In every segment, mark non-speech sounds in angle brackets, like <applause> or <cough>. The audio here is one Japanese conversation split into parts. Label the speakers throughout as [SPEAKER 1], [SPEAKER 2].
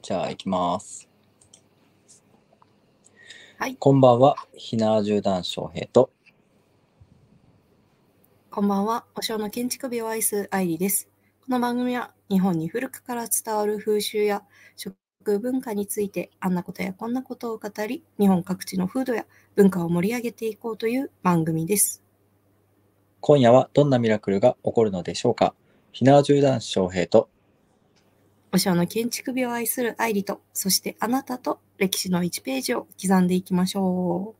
[SPEAKER 1] じゃあ、行きます。
[SPEAKER 2] はい
[SPEAKER 1] こんばんは、ひなじゅうだん翔平と、
[SPEAKER 2] こんばんは。お正の建築美を愛す愛理です。この番組は日本に古くから伝わる風習や食文化についてあんなことやこんなことを語り、日本各地の風土や文化を盛り上げていこうという番組です。
[SPEAKER 1] 今夜はどんなミラクルが起こるのでしょうか。ひなじゅうだん翔平と、
[SPEAKER 2] お正の建築美を愛する愛理と、そしてあなたと歴史の1ページを刻んでいきましょ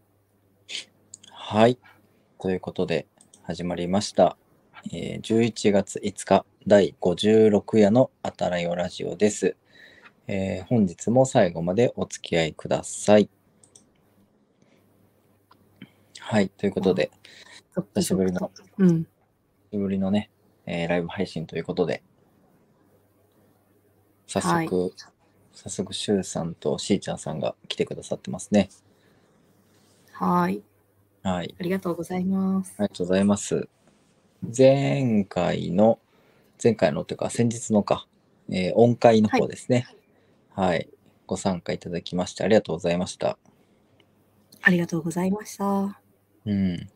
[SPEAKER 1] はい。ということで、始まりました。えー11月5日、第56夜のあたらよラジオです、えー本日も最後までお付き合いください。はい。ということで、
[SPEAKER 2] う。久
[SPEAKER 1] 久しぶりの。
[SPEAKER 2] うん。
[SPEAKER 1] 久しぶりのね、えーライブ配信ということで、早速、
[SPEAKER 2] はい
[SPEAKER 1] 早速、しゅうさんとしーちゃんさんが来てくださってますね。
[SPEAKER 2] はい。
[SPEAKER 1] はい。
[SPEAKER 2] ありがとうございます。
[SPEAKER 1] ありがとうございます。前回の、前回のというか、先日のか、えー音階の方ですね、はい。ご参加いただきまして、ありがとうございました。
[SPEAKER 2] ありがとうございました。
[SPEAKER 1] うん。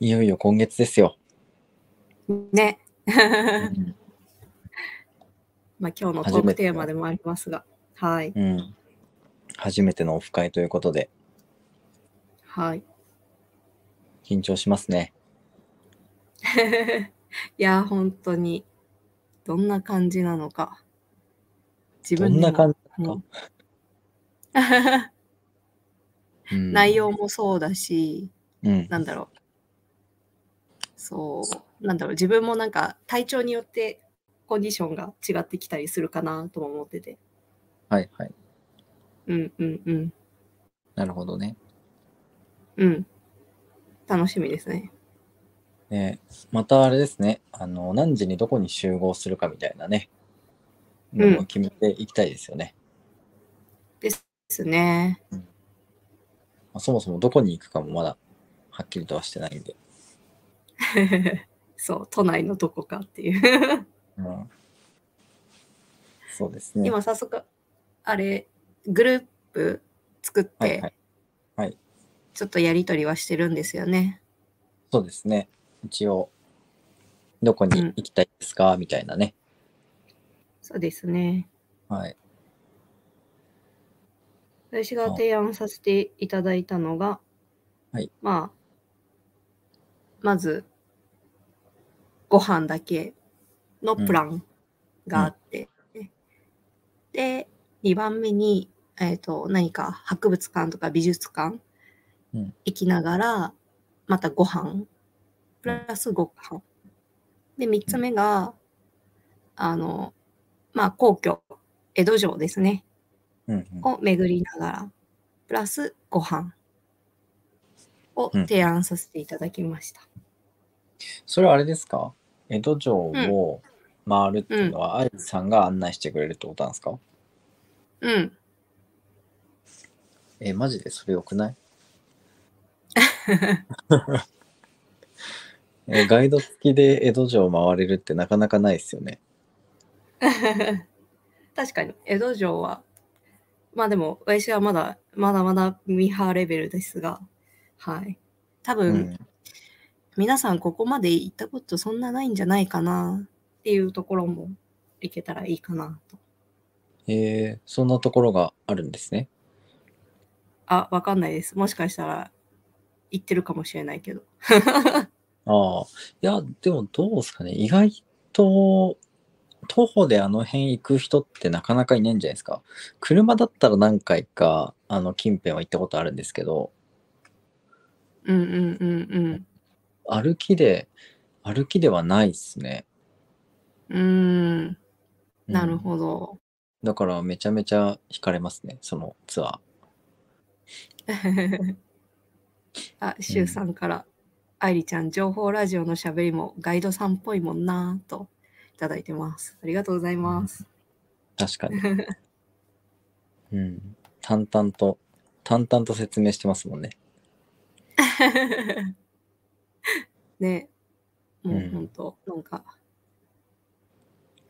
[SPEAKER 1] いよいよ今月ですよ。
[SPEAKER 2] ね。 <laughs>
[SPEAKER 1] うん
[SPEAKER 2] まあ今日のトークテーマでもありますが。はい。
[SPEAKER 1] うん。初めてのオフ会ということで、
[SPEAKER 2] はい。
[SPEAKER 1] 緊張しますね。
[SPEAKER 2] <laughs> いやー、本当に、どんな感じなのか。自
[SPEAKER 1] ど
[SPEAKER 2] 分
[SPEAKER 1] ん
[SPEAKER 2] で
[SPEAKER 1] な
[SPEAKER 2] も
[SPEAKER 1] 感じなのか、
[SPEAKER 2] うん内容もそうだし、
[SPEAKER 1] うん。
[SPEAKER 2] なんだろう。そう、なんだろう。自分もなんか、体調によって、コンディションが違ってきたりするかなとも思ってて。
[SPEAKER 1] はいはい。
[SPEAKER 2] うんうんうん。
[SPEAKER 1] なるほどね。
[SPEAKER 2] うん。楽しみですね。
[SPEAKER 1] ねまたあれですね。あの、何時にどこに集合するかみたいなね。
[SPEAKER 2] うん
[SPEAKER 1] のを決めていきたいですよね。
[SPEAKER 2] ですね。 <laughs>
[SPEAKER 1] まあそもそもどこに行くかもまだはっきりとはしてないんで。
[SPEAKER 2] そう、都内のどこかっていう。
[SPEAKER 1] うん、そうですね。
[SPEAKER 2] 今、早速、あれ、グループ作って、
[SPEAKER 1] はいはい。
[SPEAKER 2] ちょっとやりとりはしてるんですよね。
[SPEAKER 1] そうですね。一応、どこに行きたいですか、みたいなね。
[SPEAKER 2] そうですね。
[SPEAKER 1] はい。
[SPEAKER 2] 私が提案させていただいたのが、
[SPEAKER 1] はい
[SPEAKER 2] まあ、まず、ご飯だけのプランがあって、で、2番目に、えっと何か博物館とか美術館
[SPEAKER 1] うん
[SPEAKER 2] 行きながら、またご飯、プラスご飯。で、3つ目が、あの、まあ、皇居、江戸城ですね。
[SPEAKER 1] うん、うん。
[SPEAKER 2] を巡りながら、プラスご飯を提案させていただきました。
[SPEAKER 1] それはあれですか江戸城を回るっていうのは、愛理さんが案内してくれるってことなんですか、
[SPEAKER 2] うん。
[SPEAKER 1] え、マジでそれ良く
[SPEAKER 2] <laughs>
[SPEAKER 1] ないえガイド付きで江戸城を回れるってなかなかないですよね。
[SPEAKER 2] 確かに、江戸城は、まあでも、私はまだ、まだまだミーハーレベルですが、はい。多
[SPEAKER 1] う
[SPEAKER 2] 分、皆さんここまで行ったことそんなないんじゃないかなっていうところも行けたらいいかなと。
[SPEAKER 1] えーそんなところがあるんですね。
[SPEAKER 2] あ、わかんないです。もしかしたら行ってるかもしれないけど。
[SPEAKER 1] ああ。いや、でもどうですかね。意外と、徒歩であの辺行く人ってなかなかいないんじゃないですか。車だったら何回か、あの近辺は行ったことあるんですけど、
[SPEAKER 2] うんうんうん
[SPEAKER 1] 歩きで、歩きではないですね。
[SPEAKER 2] うん。うーん。
[SPEAKER 1] うん
[SPEAKER 2] なるほど。
[SPEAKER 1] だからめちゃめちゃ惹かれますね、そのツアー。
[SPEAKER 2] <laughs> あ、シュウさんから、愛理ちゃん、情報ラジオのしゃべりもガイドさんっぽいもんなぁといただいてます。ありがとうございます。 <laughs>
[SPEAKER 1] 確かに。うん。淡々と、淡々と説明してますもんね。
[SPEAKER 2] ね、も
[SPEAKER 1] う
[SPEAKER 2] うんほんと、なんか、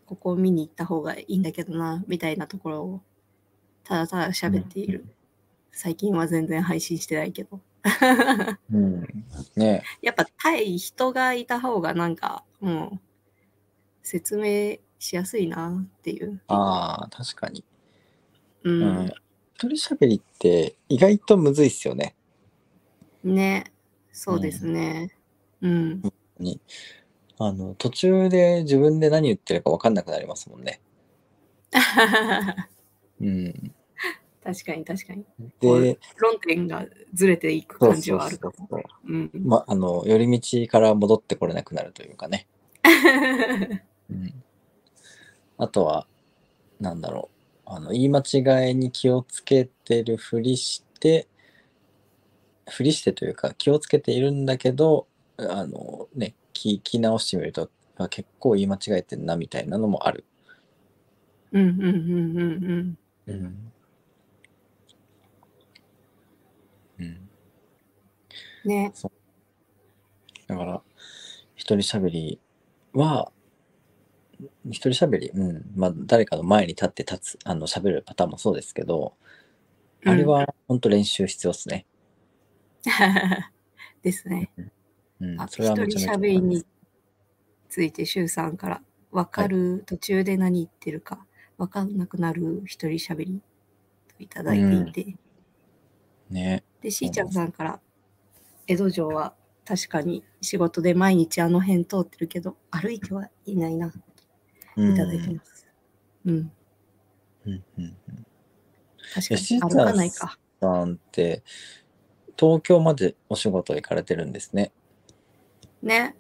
[SPEAKER 2] ここ見に行った方がいいんだけどな、みたいなところを、ただただ喋っている。最近は全然配信してないけど。
[SPEAKER 1] うん。ね
[SPEAKER 2] やっぱ対人がいた方がなんかもう説明しやすいなっていう。
[SPEAKER 1] ああ、確かに。
[SPEAKER 2] う
[SPEAKER 1] うんん。一人喋りって意外とむずいっすよね。
[SPEAKER 2] ね。そうですね。 <laughs> うん。
[SPEAKER 1] にあの途中で自分で何言ってるか分かんなくなりますもんね。
[SPEAKER 2] 確
[SPEAKER 1] うん、
[SPEAKER 2] かに確かに。
[SPEAKER 1] で、
[SPEAKER 2] 論点がずれていく感じはある
[SPEAKER 1] そ
[SPEAKER 2] か
[SPEAKER 1] うそうそう
[SPEAKER 2] も。
[SPEAKER 1] <laughs>
[SPEAKER 2] うん。
[SPEAKER 1] ま、あの寄り道から戻ってこれなくなるというかね。うん、あとはなんだろうあの言い間違いに気をつけてるふりしてふりしてというか気をつけているんだけどあのね聞き直してみるとあ結構言い間違えてんなみたいなのもある。
[SPEAKER 2] うんうんうんうんうん。
[SPEAKER 1] うんうん
[SPEAKER 2] ね。
[SPEAKER 1] だから、一人喋りは、一人喋り、うん、まあ、誰かの前に立って立つ、あの、喋るパターンもそうですけど、あれは本当練習必要ですね。
[SPEAKER 2] うん。 <laughs> ですね。
[SPEAKER 1] うん
[SPEAKER 2] あ、
[SPEAKER 1] それはめ
[SPEAKER 2] 一
[SPEAKER 1] ち
[SPEAKER 2] 人
[SPEAKER 1] ゃ
[SPEAKER 2] 喋
[SPEAKER 1] めちゃ
[SPEAKER 2] りについて、周さんから、分かる、途中で何言ってるか、分かんなくなる一人喋りといただいていて、
[SPEAKER 1] ね。
[SPEAKER 2] で、しーちゃんさんから、江戸城は確かに仕事で毎日あの辺通ってるけど、歩いてはいないな、
[SPEAKER 1] うん
[SPEAKER 2] いただいてます。うん、
[SPEAKER 1] うんうん
[SPEAKER 2] 確か
[SPEAKER 1] いやしー
[SPEAKER 2] に
[SPEAKER 1] ちゃん
[SPEAKER 2] 歩かないか。
[SPEAKER 1] さんって、東京までお仕事行かれてるんですね。
[SPEAKER 2] ね、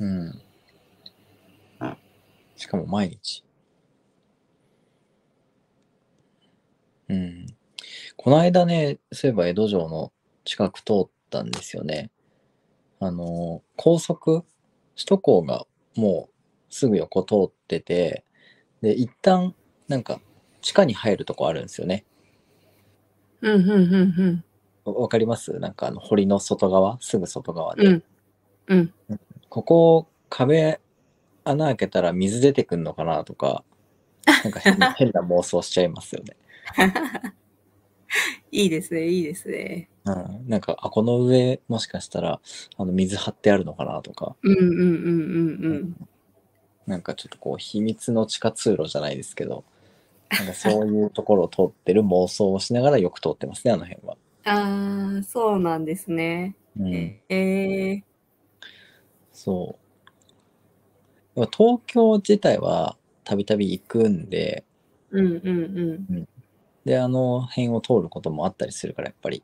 [SPEAKER 1] うん。しかも毎日。うん。この間ね、そういえば江戸城の近く通ったんですよね。あの、高速、首都高がもうすぐ横通ってて、で、一旦、なんか、地下に入るとこあるんですよね。
[SPEAKER 2] うんうんうん
[SPEAKER 1] わわかりますなんか、あの、堀の外側、すぐ外側で。
[SPEAKER 2] うん。うん。うん。
[SPEAKER 1] ここ壁穴開けたら水出てくんのかなとか、なんか変な変な妄想しちゃいますよね。
[SPEAKER 2] いいですね、いいですね。
[SPEAKER 1] うん、なんか、あ、この上もしかしたらあの水張ってあるのかなとか、
[SPEAKER 2] うんうんうんうんうん。
[SPEAKER 1] なんかちょっとこう秘密の地下通路じゃないですけど、なんかそういうところを通ってる妄想をしながらよく通ってますね、あの辺は。
[SPEAKER 2] ああ、そうなんですね。
[SPEAKER 1] うん、
[SPEAKER 2] ええ
[SPEAKER 1] そう。でも東京自体はたびたび行くんで、
[SPEAKER 2] うんうん
[SPEAKER 1] で、あの辺を通ることもあったりするから、やっぱり。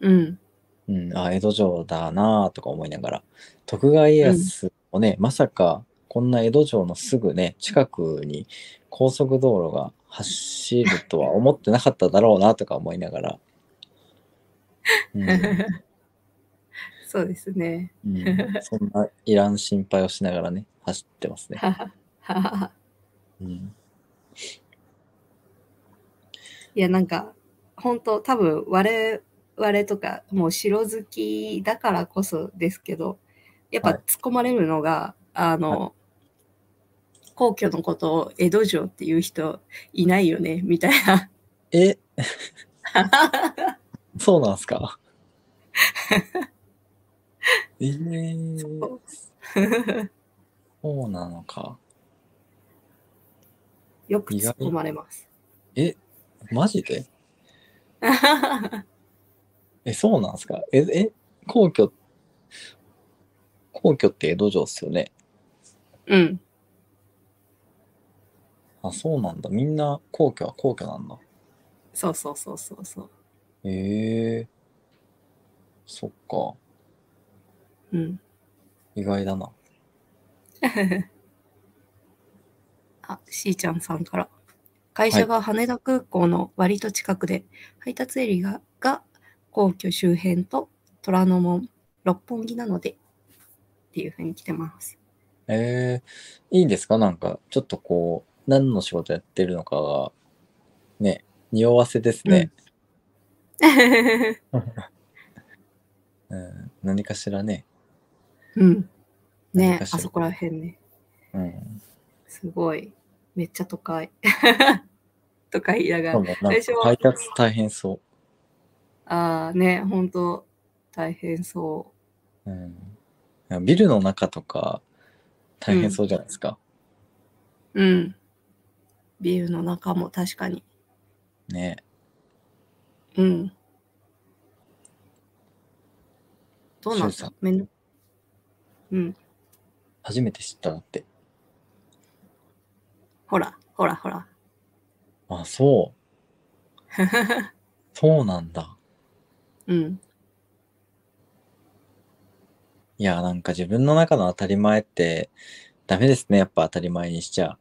[SPEAKER 2] うん。
[SPEAKER 1] <laughs>
[SPEAKER 2] うん。
[SPEAKER 1] うん、あ、江戸城だなぁとか思いながら、徳川家康もね、まさかこんな江戸城のすぐね、近くに高速道路が走るとは思ってなかっただろうなとか思いながら。うん、
[SPEAKER 2] <laughs> そうですね。
[SPEAKER 1] うん、そんないらん心配をしながらね、走ってますね。
[SPEAKER 2] はははは。
[SPEAKER 1] うん、
[SPEAKER 2] いや、なんか、本当多分我々とか、もう城好きだからこそですけど、やっぱ
[SPEAKER 1] はい
[SPEAKER 2] 突っ込まれるのが、あの、皇居のことを江戸城っていう人いないよね、みたい
[SPEAKER 1] <laughs>
[SPEAKER 2] な。
[SPEAKER 1] え、そうなんす
[SPEAKER 2] <laughs>
[SPEAKER 1] かえー、
[SPEAKER 2] そう
[SPEAKER 1] そうなのか。
[SPEAKER 2] よく突っ込まれます。
[SPEAKER 1] え、マジでえ、そうなんすかえ、え、皇居、皇居って江戸城っすよね。
[SPEAKER 2] <laughs> うん。
[SPEAKER 1] あ、そうなんだ。みんな皇居は皇居なんだ。
[SPEAKER 2] そうそうそうそうそう。
[SPEAKER 1] へえー。そっか。
[SPEAKER 2] うん。
[SPEAKER 1] 意外だな。
[SPEAKER 2] <laughs> あ、しーちゃんさんから。会社が羽田空港の割と近くで、配達エリアが皇居周辺と虎ノ門、六本木なので、っていうふうに来
[SPEAKER 1] <laughs>
[SPEAKER 2] てます。
[SPEAKER 1] ええー。いいんですかなんか、ちょっとこう、何の仕事やってるのかが、ね、匂わせですね。うん、何かしらね。
[SPEAKER 2] うん。
[SPEAKER 1] 何
[SPEAKER 2] ね
[SPEAKER 1] かしら
[SPEAKER 2] あそこら辺ね。
[SPEAKER 1] うん。
[SPEAKER 2] すごい。めっちゃ都会。 <laughs> とか言いなが
[SPEAKER 1] 多
[SPEAKER 2] ら。
[SPEAKER 1] 分なん
[SPEAKER 2] 最初
[SPEAKER 1] か
[SPEAKER 2] は
[SPEAKER 1] 配達大変そ。
[SPEAKER 2] ああね、本当大変そう
[SPEAKER 1] うん、ビルの中とか大変そうじゃないですか。
[SPEAKER 2] う。うん。ビルの中も確かに。
[SPEAKER 1] ね。
[SPEAKER 2] うん。どうなん
[SPEAKER 1] そうさ
[SPEAKER 2] めんどうん。
[SPEAKER 1] 初めて知ったなって。
[SPEAKER 2] ほら、ほら、ほら。
[SPEAKER 1] あ、そう。
[SPEAKER 2] <laughs>
[SPEAKER 1] そうなんだ。
[SPEAKER 2] うん。
[SPEAKER 1] いや、なんか自分の中の当たり前ってダメですね。やっぱ当たり前にしちゃう。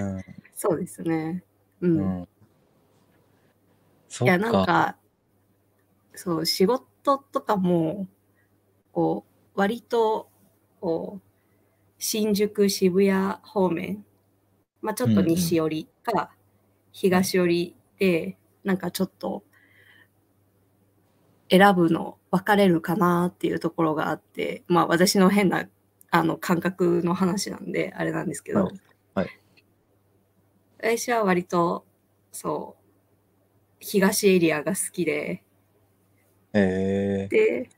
[SPEAKER 1] うん。
[SPEAKER 2] そうですね。う。
[SPEAKER 1] うんんそ
[SPEAKER 2] い
[SPEAKER 1] っ
[SPEAKER 2] や、なん
[SPEAKER 1] か。
[SPEAKER 2] か、そう、仕事とかも、こう、割と、こう、新宿、渋谷方面、まあちょっと西寄りか、東寄りで、なんかちょっと、選ぶの分かれるかなっていうところがあって、まあ私の変な、あの、感覚の話なんで、あれなんですけど、
[SPEAKER 1] はいはい
[SPEAKER 2] 私は割と、そう、東エリアが好きで、
[SPEAKER 1] え
[SPEAKER 2] で、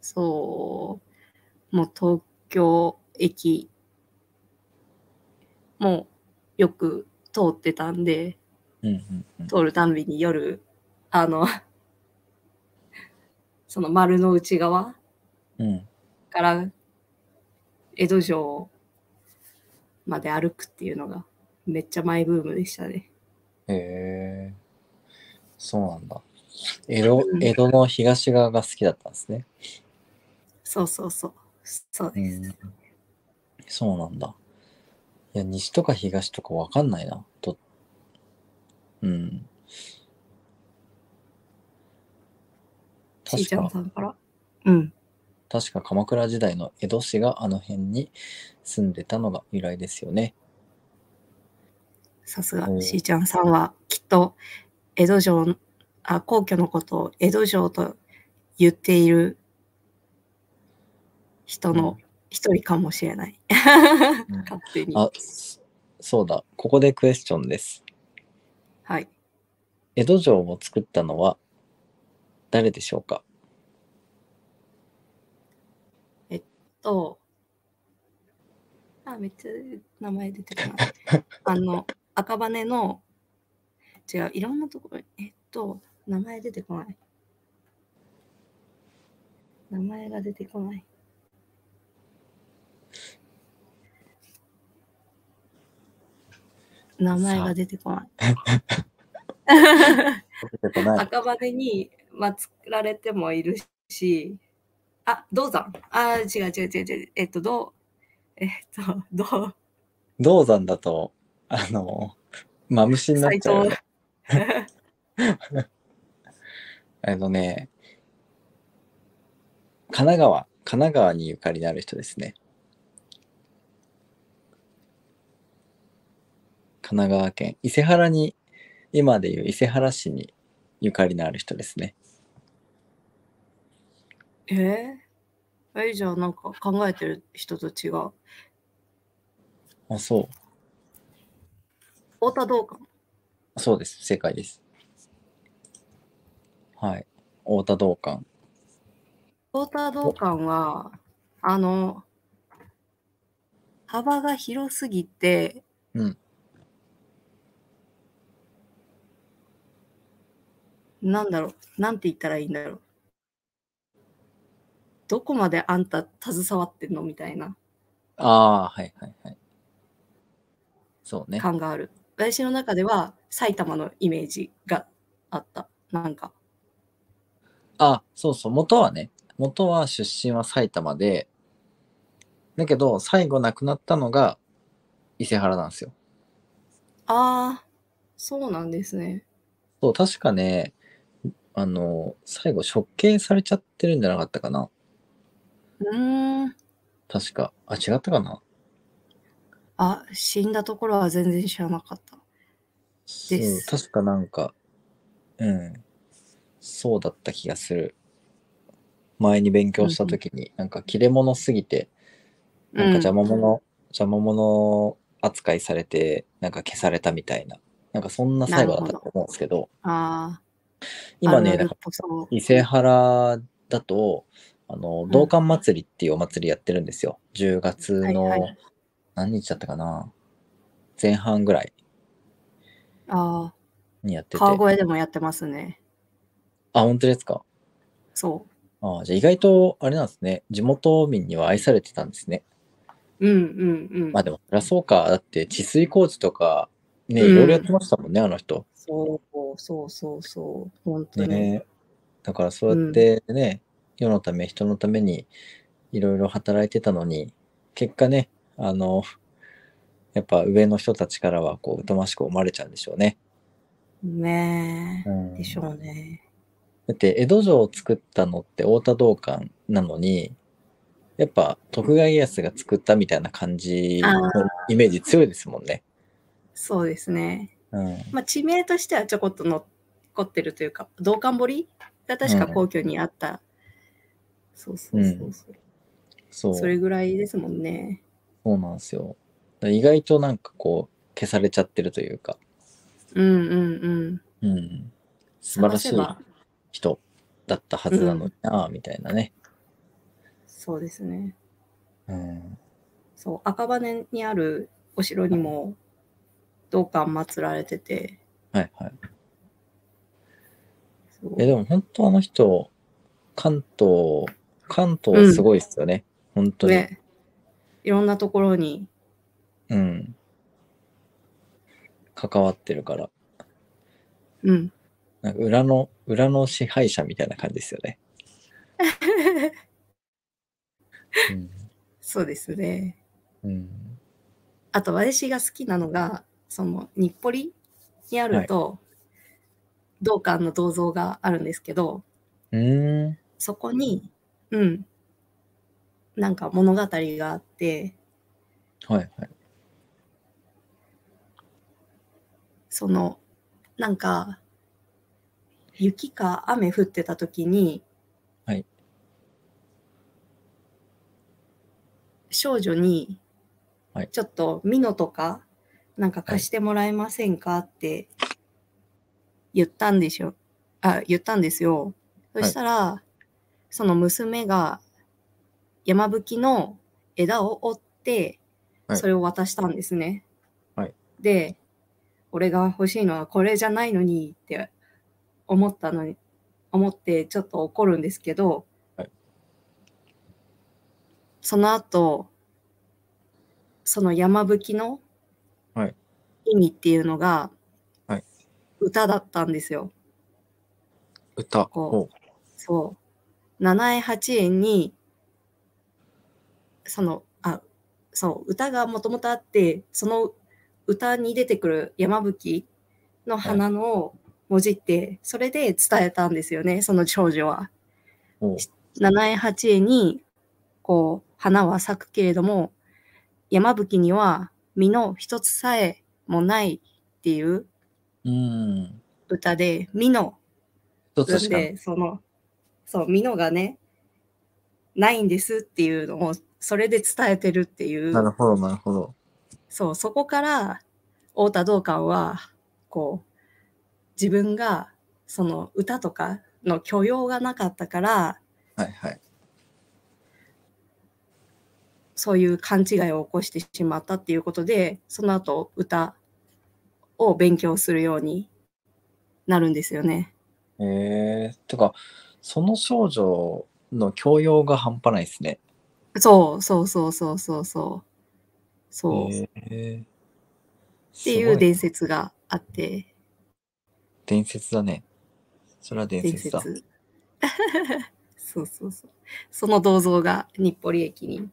[SPEAKER 2] そう、もう東京駅もよく通ってたんで、
[SPEAKER 1] ー。うんうんうん。
[SPEAKER 2] 通るたんびに夜、あの、 <laughs> その丸の内側
[SPEAKER 1] うん。
[SPEAKER 2] から江戸城まで歩くっていうのがめっちゃマイブームでしたね。
[SPEAKER 1] へえそうなんだ。江戸
[SPEAKER 2] うん
[SPEAKER 1] 江戸の東側が好きだったんですね。
[SPEAKER 2] そうそうそう。そう
[SPEAKER 1] う
[SPEAKER 2] です。
[SPEAKER 1] ん、そうなんだ。いや、西とか東とかわかんないな。とうん。
[SPEAKER 2] しー
[SPEAKER 1] 確
[SPEAKER 2] ちゃん
[SPEAKER 1] か
[SPEAKER 2] さ、んから。うん。
[SPEAKER 1] 確か鎌倉時代の江戸市があの辺に住んでたのが由来ですよね。
[SPEAKER 2] さすが
[SPEAKER 1] う、ん
[SPEAKER 2] しーちゃんさんは、きっと、江戸城、あ、皇居のことを江戸城と言っている人
[SPEAKER 1] う
[SPEAKER 2] の
[SPEAKER 1] ん
[SPEAKER 2] 一人かもしれない。 <laughs> 勝手に。
[SPEAKER 1] あ、そそうだ。ここでクエスチョンです。
[SPEAKER 2] はい。
[SPEAKER 1] 江戸城を作ったのは誰でしょうか
[SPEAKER 2] と、あ、めっちゃ名前出てこない。あの、赤羽の、違う、いろんなところ、えっと、名前出てこない。名前が出てこない。名前が出てこない。
[SPEAKER 1] 出てこない。
[SPEAKER 2] 赤羽に、まあ、作られてもいるし、あ、銅山。あ、違う違う違う違う。えっと、銅、えっと、 <laughs> 銅、
[SPEAKER 1] 銅山だと、あの、マムシになっ
[SPEAKER 2] 斎
[SPEAKER 1] ちゃうよ
[SPEAKER 2] 藤
[SPEAKER 1] ね。。 <laughs> あのね、神奈川、神奈川にゆかりのある人ですね。神奈川県、伊勢原に、今でいう伊勢原市にゆかりのある人ですね。
[SPEAKER 2] えー、え、じゃあなんか考えてる人と違う。
[SPEAKER 1] あ、そ
[SPEAKER 2] 太田道館。
[SPEAKER 1] う、そうです。正解です。はい。太田道館。
[SPEAKER 2] 太田道館は、あの、幅が広すぎて、
[SPEAKER 1] うん
[SPEAKER 2] なんだろう、なんて言ったらいいんだろう。どこまであんた携わってんのみたいな
[SPEAKER 1] ああ、はいはいはい。そうね。
[SPEAKER 2] 感がある。私の中では埼玉のイメージがあった。なんか、
[SPEAKER 1] あ、そうそう、元はね、元は出身は埼玉で、だけど、最後亡くなったのが伊勢原なんですよ。
[SPEAKER 2] ああ、そうなんですね。
[SPEAKER 1] そう、確かね、あの、最後処刑されちゃってるんじゃなかったかな。
[SPEAKER 2] うーん。
[SPEAKER 1] 確か。あ、違ったかな。
[SPEAKER 2] あ、死んだところは全然知らなかった。
[SPEAKER 1] そう
[SPEAKER 2] です
[SPEAKER 1] 確かなんか、うん、そうだった気がする。前に勉強した時に、なんか切れ者すぎて、なんか邪魔者、邪魔者扱いされて、なんか消されたみたいな、なんかそんな最後だったと思うんですけど、
[SPEAKER 2] ああ、
[SPEAKER 1] 今ね、な
[SPEAKER 2] あるあ
[SPEAKER 1] ん
[SPEAKER 2] る
[SPEAKER 1] か
[SPEAKER 2] っぽそう。
[SPEAKER 1] 伊勢原だと、あの、
[SPEAKER 2] ん
[SPEAKER 1] 道館祭りっていうお祭りやってるんですよ。10月の
[SPEAKER 2] はいは
[SPEAKER 1] 何日だったかな前半ぐらい
[SPEAKER 2] あ
[SPEAKER 1] にやってて。
[SPEAKER 2] あ、川越でもやってますね。
[SPEAKER 1] あ、本当ですか
[SPEAKER 2] そ
[SPEAKER 1] あじゃあ意外と、あれなんですね。地元民には愛されてたんですね。
[SPEAKER 2] う。うんうんうん。
[SPEAKER 1] まあでも、そりゃそうか。だって、治水工事とか、ね、
[SPEAKER 2] うん
[SPEAKER 1] いろいろやってましたもんね、あの人。
[SPEAKER 2] そうそうそうそう。本当に。
[SPEAKER 1] ね。だからそうやってね、世のため、人のために、いろいろ働いてたのに、結果ね、あの、やっぱ上の人たちからは、こう、疎ましく思われちゃうんでしょうね。
[SPEAKER 2] ねえ。でしょうね。
[SPEAKER 1] だって江戸城を作ったのって太田道館なのにやっぱ徳川家康が作ったみたいな感じ
[SPEAKER 2] あー
[SPEAKER 1] のイメージ強いですもんね。
[SPEAKER 2] そうですね。
[SPEAKER 1] うん、
[SPEAKER 2] まあ、地名としてはちょこっと残ってるというか、道館堀が確か皇居にあった。そうそうそうそう、
[SPEAKER 1] そう
[SPEAKER 2] そ
[SPEAKER 1] そ
[SPEAKER 2] れぐらいですもんね。
[SPEAKER 1] うなんですよ。だから意外となんかこう消されちゃってるというか、
[SPEAKER 2] うんうんうん。
[SPEAKER 1] うん、素晴らしい
[SPEAKER 2] 探せば
[SPEAKER 1] 人だったはずなのになあみたいなね。
[SPEAKER 2] そうですね。
[SPEAKER 1] うん、
[SPEAKER 2] そう、赤羽にあるお城にも道館祀られてて。
[SPEAKER 1] はいはい。
[SPEAKER 2] そう
[SPEAKER 1] えでも本当あの人関東関東すごいですよね、本当に。
[SPEAKER 2] ね、いろんなところに。
[SPEAKER 1] うん。関わってるから。
[SPEAKER 2] うん。 <laughs>
[SPEAKER 1] なんか裏の、裏の支配者みたいな感じですよね。
[SPEAKER 2] そうですね。
[SPEAKER 1] うん。うん。
[SPEAKER 2] あと私が好きなのが、その日暮里にあると、道館の銅像があるんですけど、
[SPEAKER 1] うーん。
[SPEAKER 2] そこに、うん、なんか物語があって、
[SPEAKER 1] はいはい。
[SPEAKER 2] その、なんか、雪か雨降ってた時に、
[SPEAKER 1] はい
[SPEAKER 2] 少女に
[SPEAKER 1] はい、
[SPEAKER 2] ちょっとミノとか、なんか貸してもらえませんかって言ったんでしょ、あ、言ったんですよ。そしたら、その娘が山吹の枝を折って、
[SPEAKER 1] はい
[SPEAKER 2] それを渡したんですね。
[SPEAKER 1] はい
[SPEAKER 2] で、俺が欲しいのはこれじゃないのにって思ったのに、思ってちょっと怒るんですけど、
[SPEAKER 1] はい
[SPEAKER 2] その後、その山吹の
[SPEAKER 1] はい
[SPEAKER 2] 意味っていうのが、
[SPEAKER 1] はい
[SPEAKER 2] 歌だったんですよ。
[SPEAKER 1] 歌。
[SPEAKER 2] こそう。七重八円に、その、あ、そう、歌がもともとあって、その歌に出てくる山吹の花の文字って、それで伝えたんですよね、その少女は。
[SPEAKER 1] おうおう
[SPEAKER 2] 七重八重にこう花は咲くけれども山吹には実の一つさえもないっていう
[SPEAKER 1] うーん。
[SPEAKER 2] 歌で実の
[SPEAKER 1] 一つ
[SPEAKER 2] なん
[SPEAKER 1] しかない。
[SPEAKER 2] でそのそう実のがねないんですっていうのをそれで伝えてるってい
[SPEAKER 1] なる
[SPEAKER 2] う
[SPEAKER 1] ほど、なるほど。
[SPEAKER 2] そうそこから太田道館はこう自分がその歌とかの許容がなかったから
[SPEAKER 1] はいはい。
[SPEAKER 2] そういう勘違いを起こしてしまったっていうことで、その後歌を勉強するようになるんですよね。
[SPEAKER 1] えー、てか、その少女の教養が半端ないですね。
[SPEAKER 2] そうそうそうそうそうそう。そう。っ
[SPEAKER 1] えー、
[SPEAKER 2] ていう
[SPEAKER 1] すごい
[SPEAKER 2] 伝説があって、
[SPEAKER 1] 伝説だね。それは伝
[SPEAKER 2] 伝
[SPEAKER 1] 説
[SPEAKER 2] 説
[SPEAKER 1] だ。。
[SPEAKER 2] <laughs> そうそうそう。その銅像が日暮里駅に。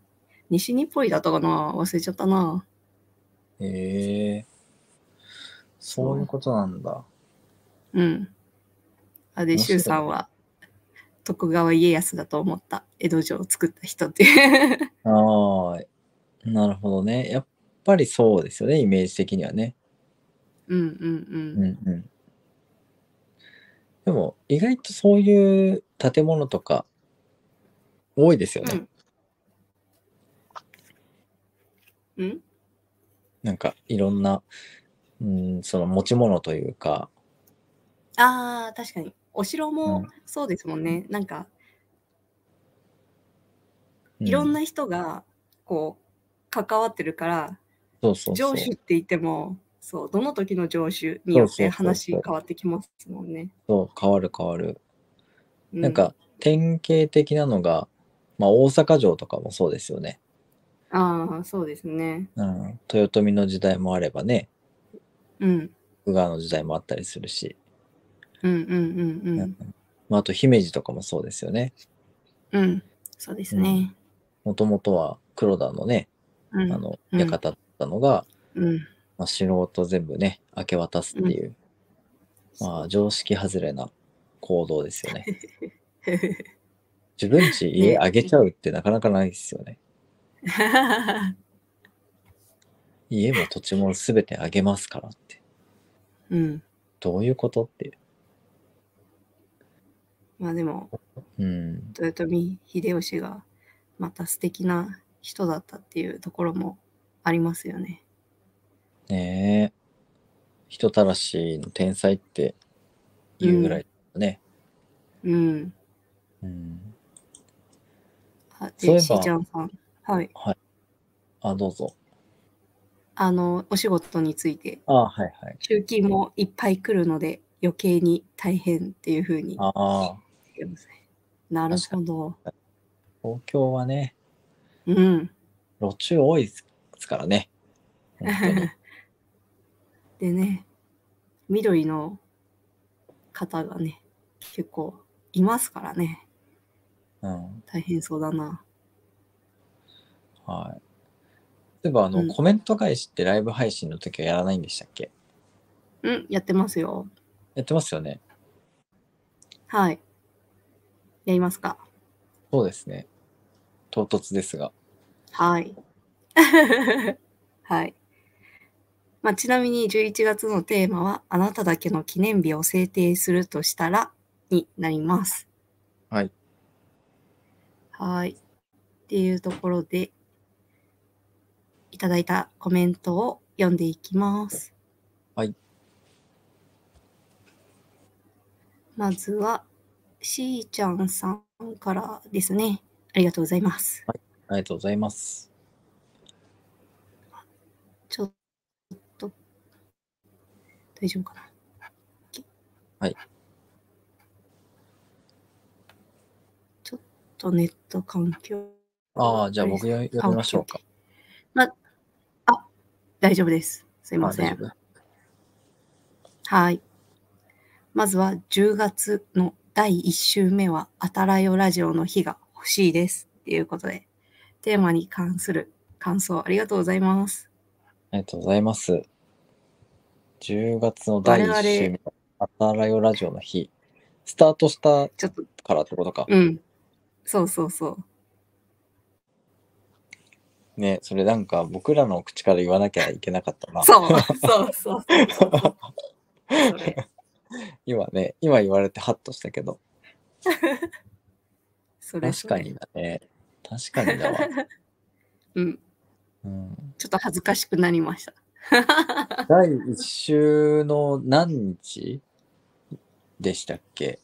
[SPEAKER 2] 西日暮里だったかな忘れちゃったな。
[SPEAKER 1] えー、そういうことなんだ。
[SPEAKER 2] うん。あで、
[SPEAKER 1] 面白い
[SPEAKER 2] 周さんは徳川家康だと思った江戸城を作った人っていう。 <laughs>
[SPEAKER 1] ああ、なるほどね。やっぱりそうですよね、イメージ的にはね。
[SPEAKER 2] うんうんうん。
[SPEAKER 1] うんうん。でも、意外とそういう建物とか、多いですよ
[SPEAKER 2] う
[SPEAKER 1] ね。
[SPEAKER 2] んうん
[SPEAKER 1] なんかいろんな、うん、その持ち物というか、
[SPEAKER 2] ああ、確かに。お城
[SPEAKER 1] う
[SPEAKER 2] も
[SPEAKER 1] ん
[SPEAKER 2] そうですもんね。なんか、
[SPEAKER 1] う
[SPEAKER 2] いろんな人が、こう、関わってるから、
[SPEAKER 1] そうそうそう
[SPEAKER 2] 上司って言っても、そう、どの時の上司によっ
[SPEAKER 1] そうそうそうそ
[SPEAKER 2] て
[SPEAKER 1] う
[SPEAKER 2] 話変わってきますもんね。
[SPEAKER 1] そう変わる変わる、
[SPEAKER 2] う
[SPEAKER 1] なん、か典型的なのが、まあ、大阪城とかもそうですよね、
[SPEAKER 2] ああ、そうですね。
[SPEAKER 1] うん、豊臣の時代もあればね
[SPEAKER 2] うん、
[SPEAKER 1] 宇賀の時代もあったりするし、
[SPEAKER 2] うん、うん、うん、うん。
[SPEAKER 1] まあ、あと姫路とかもそうですよね
[SPEAKER 2] うん、そうですね。
[SPEAKER 1] もともとは黒田のね、
[SPEAKER 2] うん、
[SPEAKER 1] あの
[SPEAKER 2] うん
[SPEAKER 1] 館だったのが、
[SPEAKER 2] うん、 <laughs>
[SPEAKER 1] まあ、素人全部ね明け渡すっていう、まあ常識外れな行動ですよね
[SPEAKER 2] <laughs>
[SPEAKER 1] 自分ち家
[SPEAKER 2] ね
[SPEAKER 1] あげちゃうってなかなかないですよね家も土地も全てあげますからって
[SPEAKER 2] うん。
[SPEAKER 1] どういうことって
[SPEAKER 2] まあでも、
[SPEAKER 1] うん
[SPEAKER 2] 豊臣秀吉がまた素敵な人だったっていうところもありますよね。
[SPEAKER 1] ねえ人たらしの天才っていうぐらいだね、
[SPEAKER 2] うん。
[SPEAKER 1] うん
[SPEAKER 2] あ
[SPEAKER 1] そういえ
[SPEAKER 2] で、
[SPEAKER 1] ば
[SPEAKER 2] しーちゃんさん。はい。
[SPEAKER 1] あどうぞ
[SPEAKER 2] あの、お仕事について、
[SPEAKER 1] あはいはい
[SPEAKER 2] 集金もいっぱい来るので、余計に大変っていうふうに言っ
[SPEAKER 1] ああ
[SPEAKER 2] てますね。なるほど。
[SPEAKER 1] 東京はね
[SPEAKER 2] うん。
[SPEAKER 1] 路中多いですからね本当 <laughs> に
[SPEAKER 2] でね、緑の方がね、結構いますからね。
[SPEAKER 1] うん
[SPEAKER 2] 大変そうだな。
[SPEAKER 1] はい例えばあの、
[SPEAKER 2] うん
[SPEAKER 1] コメント返しってライブ配信の時はやらないんでしたっけ
[SPEAKER 2] うん、やってますよ。
[SPEAKER 1] やってますよね
[SPEAKER 2] はい。やりますか。
[SPEAKER 1] そうですね唐突ですが
[SPEAKER 2] はい。 <laughs> はい。まあ、ちなみに11月のテーマは、あなただけの記念日を制定するとしたらになります。
[SPEAKER 1] はい。
[SPEAKER 2] はい。っていうところで、いただいたコメントを読んでいきます。
[SPEAKER 1] はい。
[SPEAKER 2] まずは、しーちゃんさんからですね。ありがとうございます。
[SPEAKER 1] ありがとうございます
[SPEAKER 2] ちょっと、大丈夫かな。
[SPEAKER 1] はい。
[SPEAKER 2] ちょっとネット環境。
[SPEAKER 1] ああじゃあ僕
[SPEAKER 2] あ
[SPEAKER 1] よ呼びましょうか。
[SPEAKER 2] ま、あ、大丈夫です。すい
[SPEAKER 1] あ
[SPEAKER 2] ませ
[SPEAKER 1] 大
[SPEAKER 2] ん。
[SPEAKER 1] 丈夫
[SPEAKER 2] はい。まずは10月の第1週目は、あたらよラジオの日が欲しいです。ということで、テーマに関する感想ありがとうございます。
[SPEAKER 1] ありがとうございます。10月の第1週目、あたらよラジオの日、スタートした
[SPEAKER 2] ちょっと、
[SPEAKER 1] からってことか。
[SPEAKER 2] うん。そうそうそう。
[SPEAKER 1] ね、それなんか僕らの口から言わなきゃいけなかったな。
[SPEAKER 2] そう、そう、そう。それ、
[SPEAKER 1] <laughs> 今ね、今言われてハッとしたけど、
[SPEAKER 2] それ、
[SPEAKER 1] 確かにだね。確かにだ
[SPEAKER 2] <laughs>
[SPEAKER 1] わ。
[SPEAKER 2] それ。うん、
[SPEAKER 1] うん、
[SPEAKER 2] ちょっと恥ずかしくなりました。
[SPEAKER 1] 第1週の何日でしたっけ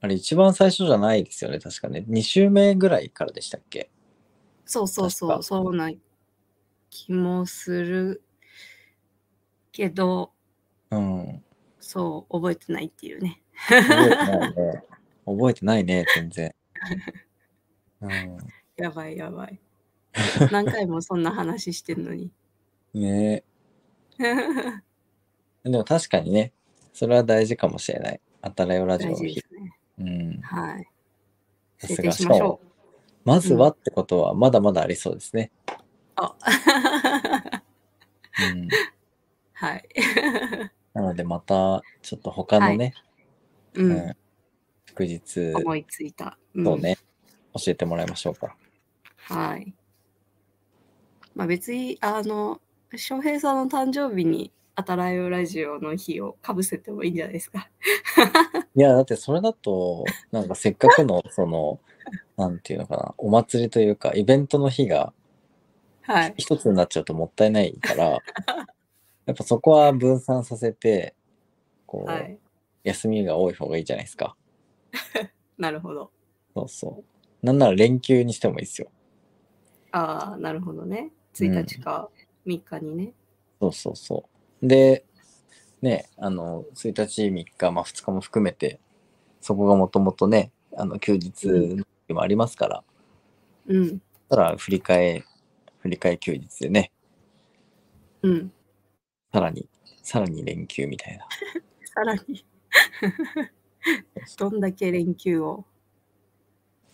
[SPEAKER 1] あれ一番最初じゃないですよね、確かね。2週目ぐらいからでしたっけ
[SPEAKER 2] <laughs> そうそうそ
[SPEAKER 1] 確か
[SPEAKER 2] う、そうな気もするけど、
[SPEAKER 1] うん。
[SPEAKER 2] そう、覚えてないっていうね。
[SPEAKER 1] 覚えてないね。覚えてないね、全
[SPEAKER 2] <laughs>
[SPEAKER 1] 然。う
[SPEAKER 2] やばいやば
[SPEAKER 1] <laughs>
[SPEAKER 2] い。何回もそんな話してんのに。
[SPEAKER 1] ん、ねえでも確かにね、それは大事かもしれない。あたらよラジオ
[SPEAKER 2] <laughs> 大
[SPEAKER 1] の
[SPEAKER 2] 事で
[SPEAKER 1] 日。
[SPEAKER 2] すね。
[SPEAKER 1] うん。
[SPEAKER 2] はい。
[SPEAKER 1] さ
[SPEAKER 2] 制
[SPEAKER 1] す
[SPEAKER 2] 定
[SPEAKER 1] が。
[SPEAKER 2] し
[SPEAKER 1] し
[SPEAKER 2] ま
[SPEAKER 1] か
[SPEAKER 2] しょ
[SPEAKER 1] も、まずはってことは、まだまだありそうですね。
[SPEAKER 2] う。あ
[SPEAKER 1] うん、
[SPEAKER 2] <laughs> はい。
[SPEAKER 1] なので、また、ちょっと他のね、
[SPEAKER 2] う
[SPEAKER 1] うん
[SPEAKER 2] ん。
[SPEAKER 1] 祝日
[SPEAKER 2] 思いついた。うん
[SPEAKER 1] をね、教えてもらいましょうか。
[SPEAKER 2] はい。まあ別に、あの、翔平さんの誕生日に、あたらよラジオの日をかぶせてもいいんじゃないですか。 <laughs>
[SPEAKER 1] いや、だってそれだと、なんかせっかくの、その、なんていうのかな、お祭りというか、イベントの日が
[SPEAKER 2] はい。
[SPEAKER 1] <laughs> 一つになっちゃうともったいないから、
[SPEAKER 2] <laughs>
[SPEAKER 1] やっぱそこは分散させて、こう、
[SPEAKER 2] はい。
[SPEAKER 1] 休みが多い方がいいじゃないですか。
[SPEAKER 2] なるほど。
[SPEAKER 1] そうそう。なんなら連休にしてもいいですよ。
[SPEAKER 2] ああ、なるほどね。1日か3日にね。
[SPEAKER 1] そうそうそう。で、ね、あの、1日、3日、まあ2日も含めて、そこがもともとね、あの、休日の日もありますから、
[SPEAKER 2] うん。
[SPEAKER 1] ただ、振り替え、振り替え休日でね、
[SPEAKER 2] うん。
[SPEAKER 1] さらに、さらに連休みたいな。
[SPEAKER 2] さらに <laughs> どんだけ連休を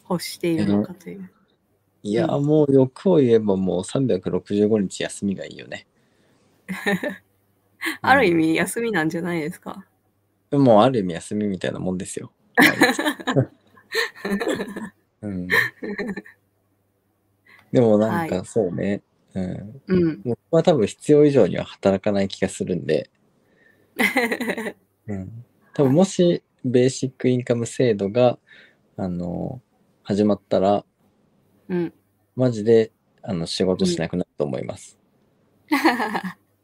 [SPEAKER 2] 欲しているのかという。
[SPEAKER 1] いや、
[SPEAKER 2] う
[SPEAKER 1] もう欲を言えばもう365日休みがいいよね。
[SPEAKER 2] <laughs> ある意味休みなんじゃないですか。
[SPEAKER 1] うん。もうある意味休みみたいなもんですよ。
[SPEAKER 2] <laughs>
[SPEAKER 1] うん、でもなん
[SPEAKER 2] は
[SPEAKER 1] かそうね、うん。
[SPEAKER 2] うん。 <laughs>
[SPEAKER 1] 僕は多分必要以上には働かない気がするんで、うん、多分もしベーシックインカム制度が、あの、始まったら、
[SPEAKER 2] うん。 <laughs>
[SPEAKER 1] マジであの仕事しなくなると思います。